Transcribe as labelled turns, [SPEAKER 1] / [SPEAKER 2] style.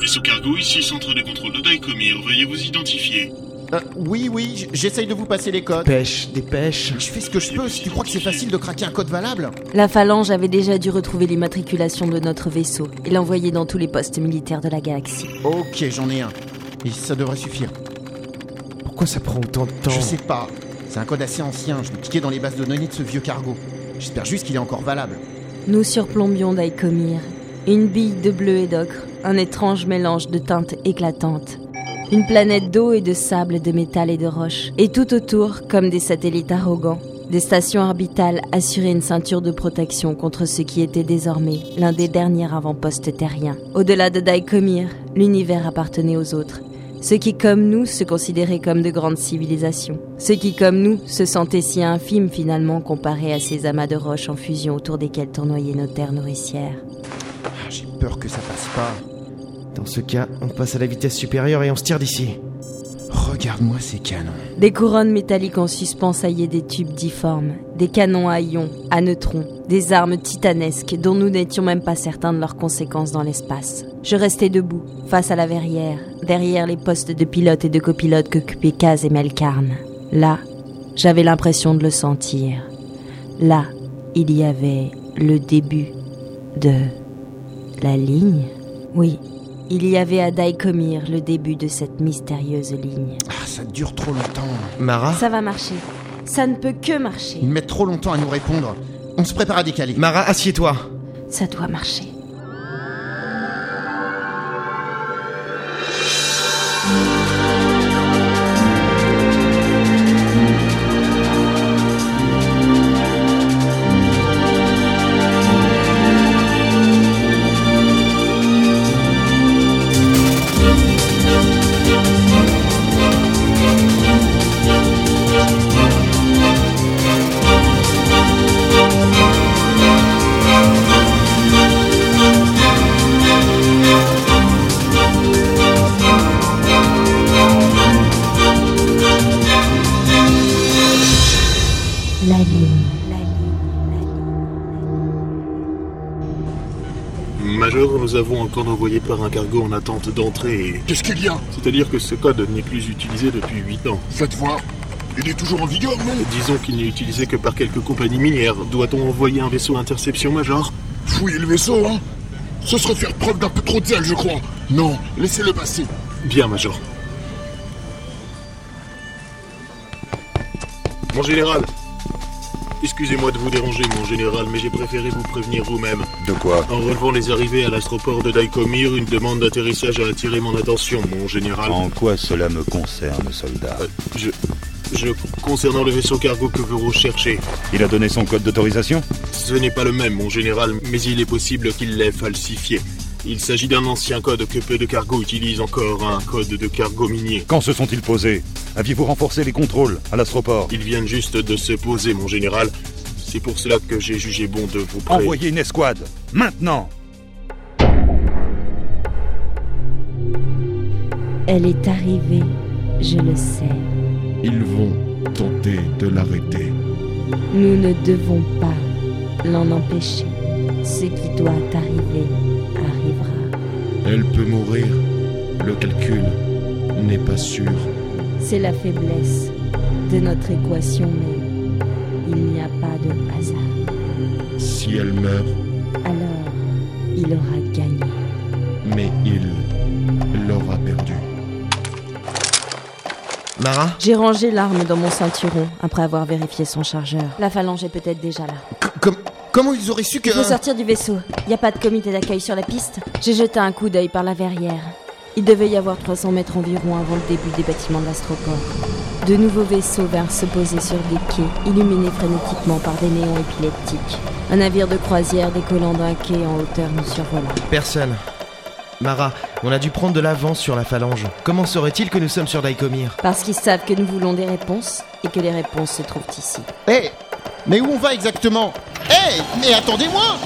[SPEAKER 1] Vaisseau cargo, ici centre de contrôle de Daikomir, veuillez vous identifier.
[SPEAKER 2] Euh, oui, oui, j- j'essaye de vous passer les codes.
[SPEAKER 3] Dépêche, dépêche.
[SPEAKER 2] Je fais ce que je peux, si tu crois que c'est facile de craquer un code valable.
[SPEAKER 4] La phalange avait déjà dû retrouver l'immatriculation de notre vaisseau et l'envoyer dans tous les postes militaires de la galaxie.
[SPEAKER 2] Ok, j'en ai un. Et ça devrait suffire.
[SPEAKER 3] Pourquoi ça prend autant de temps
[SPEAKER 2] Je sais pas. C'est un code assez ancien, je l'ai piqué dans les bases de données de ce vieux cargo. J'espère juste qu'il est encore valable.
[SPEAKER 4] Nous surplombions Daikomir. Une bille de bleu et d'ocre, un étrange mélange de teintes éclatantes. Une planète d'eau et de sable, de métal et de roche. Et tout autour, comme des satellites arrogants, des stations orbitales assuraient une ceinture de protection contre ce qui était désormais l'un des derniers avant-postes terriens. Au-delà de Daikomir, l'univers appartenait aux autres. Ceux qui, comme nous, se considéraient comme de grandes civilisations. Ceux qui, comme nous, se sentaient si infimes finalement comparés à ces amas de roches en fusion autour desquelles tournoyaient nos terres nourricières.
[SPEAKER 2] Ah, J'ai peur que ça passe pas.
[SPEAKER 3] Dans ce cas, on passe à la vitesse supérieure et on se tire d'ici.
[SPEAKER 2] Regarde-moi ces canons.
[SPEAKER 4] Des couronnes métalliques en suspens saillaient des tubes difformes, des canons à ions, à neutrons, des armes titanesques dont nous n'étions même pas certains de leurs conséquences dans l'espace. Je restais debout, face à la verrière, derrière les postes de pilote et de copilote qu'occupaient Kaz et Melkarn. Là, j'avais l'impression de le sentir. Là, il y avait le début de la ligne. Oui, il y avait à Daikomir le début de cette mystérieuse ligne.
[SPEAKER 2] Ah, ça dure trop longtemps.
[SPEAKER 3] Mara
[SPEAKER 4] Ça va marcher. Ça ne peut que marcher.
[SPEAKER 2] Ils mettent trop longtemps à nous répondre. On se prépare à décaler.
[SPEAKER 3] Mara, assieds-toi
[SPEAKER 4] Ça doit marcher. La ligne.
[SPEAKER 1] Major, nous avons un code envoyé par un cargo en attente d'entrée.
[SPEAKER 5] Qu'est-ce qu'il y a
[SPEAKER 1] C'est-à-dire que ce code n'est plus utilisé depuis 8 ans.
[SPEAKER 5] Faites voir. Il est toujours en vigueur, non
[SPEAKER 1] Disons qu'il n'est utilisé que par quelques compagnies minières. Doit-on envoyer un vaisseau interception, Major
[SPEAKER 5] Fouillez le vaisseau, hein Ce serait faire preuve d'un peu trop de zèle, je crois. Non, laissez-le passer.
[SPEAKER 1] Bien, Major. Mon général Excusez-moi de vous déranger, mon général, mais j'ai préféré vous prévenir vous-même.
[SPEAKER 6] De quoi
[SPEAKER 1] En relevant les arrivées à l'astroport de Daikomir, une demande d'atterrissage a attiré mon attention, mon général.
[SPEAKER 6] En quoi cela me concerne, soldat
[SPEAKER 1] Euh, Je... Je... Concernant le vaisseau cargo que vous recherchez,
[SPEAKER 6] Il a donné son code d'autorisation
[SPEAKER 1] ce n'est pas le même, mon général, mais il est possible qu'il l'ait falsifié. Il s'agit d'un ancien code que peu de cargos utilisent encore, un code de cargo minier.
[SPEAKER 6] Quand se sont-ils posés Aviez-vous renforcé les contrôles à l'astroport
[SPEAKER 1] Ils viennent juste de se poser, mon général. C'est pour cela que j'ai jugé bon de vous pré-
[SPEAKER 6] Envoyez une escouade Maintenant
[SPEAKER 4] Elle est arrivée, je le sais.
[SPEAKER 7] Ils vont tenter de l'arrêter.
[SPEAKER 4] Nous ne devons pas l'en empêcher. Ce qui doit arriver arrivera.
[SPEAKER 7] Elle peut mourir. Le calcul n'est pas sûr.
[SPEAKER 4] C'est la faiblesse de notre équation, mais il n'y a pas de hasard.
[SPEAKER 7] Si elle meurt,
[SPEAKER 4] Alors, il aura gagné.
[SPEAKER 7] mais il l'aura perdue.
[SPEAKER 3] Mara
[SPEAKER 4] J'ai rangé l'arme dans mon ceinturon après avoir vérifié son chargeur. La phalange est peut-être déjà là.
[SPEAKER 2] C- comme- comment ils auraient su que.
[SPEAKER 4] Il faut sortir du vaisseau. Y a pas de comité d'accueil sur la piste. J'ai jeté un coup d'œil par la verrière. Il devait y avoir 300 mètres environ avant le début des bâtiments de l'astroport. De nouveaux vaisseaux vinrent se poser sur des quais, illuminés frénétiquement par des néons épileptiques. Un navire de croisière décollant d'un quai en hauteur nous survola.
[SPEAKER 3] Personne. Mara, on a dû prendre de l'avance sur la phalange. Comment saurait-il que nous sommes sur Daikomir
[SPEAKER 4] Parce qu'ils savent que nous voulons des réponses et que les réponses se trouvent ici.
[SPEAKER 2] Eh Mais où on va exactement Eh Mais attendez-moi